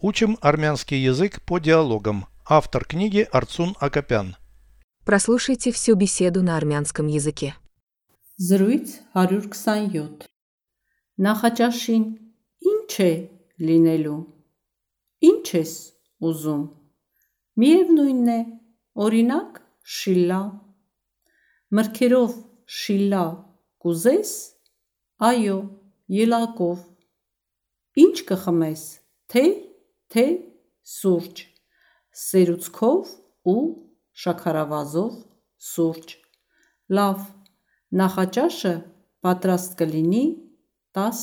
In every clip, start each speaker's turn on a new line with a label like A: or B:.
A: Учим армянский язык по диалогам. Автор книги Арцун Акопян.
B: Прослушайте всю беседу на армянском языке.
C: Զրույց 127 Նախաճաշին ի՞նչ է լինելու։ Ինչ ես ուզում։ Միևնույնն է, օրինակ շիլլա։ Մրգերով շիլլա կուզես։ Այո, ելակով։ Ինչ կխմես։ Թե թե սուրճ։ Սերուցքով ու շաքարավազով սուրճ։ Լավ, նախաճաշը պատրաստ կլինի 10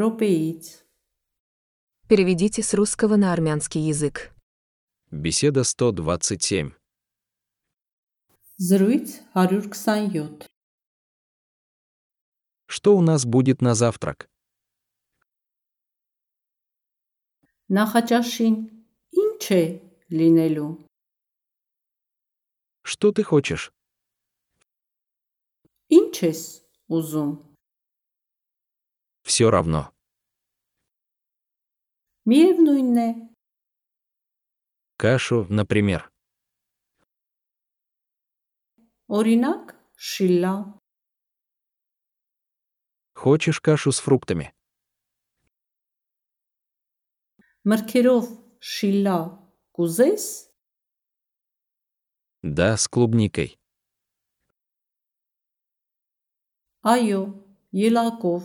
C: րոպեից։
B: Переведите с русского на армянский язык.
D: Беседа 127.
C: Զրույց 127
D: Что у нас будет на завтрак?
C: Նախաճաշին ի՞նչ է լինելու։
D: Что ты хочешь?
C: Ինչ ես ուզում։
D: Все равно.
C: Միևնույնն է,
D: Кашу, например.
C: օրինակ շիլլա։
D: Хочешь кашу с фруктами?
C: Մրգերով շիլլա կուզես։
D: Да, с клубникой.
C: Այո, ելակով։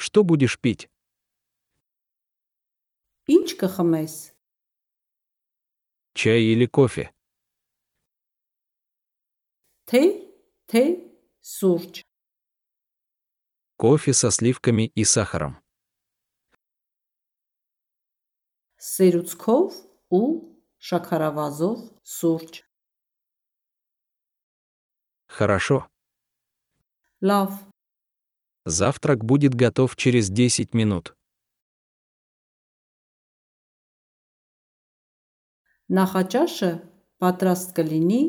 D: Что будешь пить?
C: Ինչ կխմես։
D: Чай или кофе?
C: Թե թե սուրճ։
D: Кофе со сливками и сахаром.
C: Սերուցքով ու շաքարավազով սուրճ։
D: Хорошо.
C: Լավ,
D: Завтрак будет готов через 10 минут.
C: նախաճաշը պատրաստ կլինի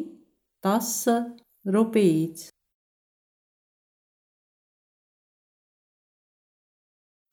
C: 10 րոպեից։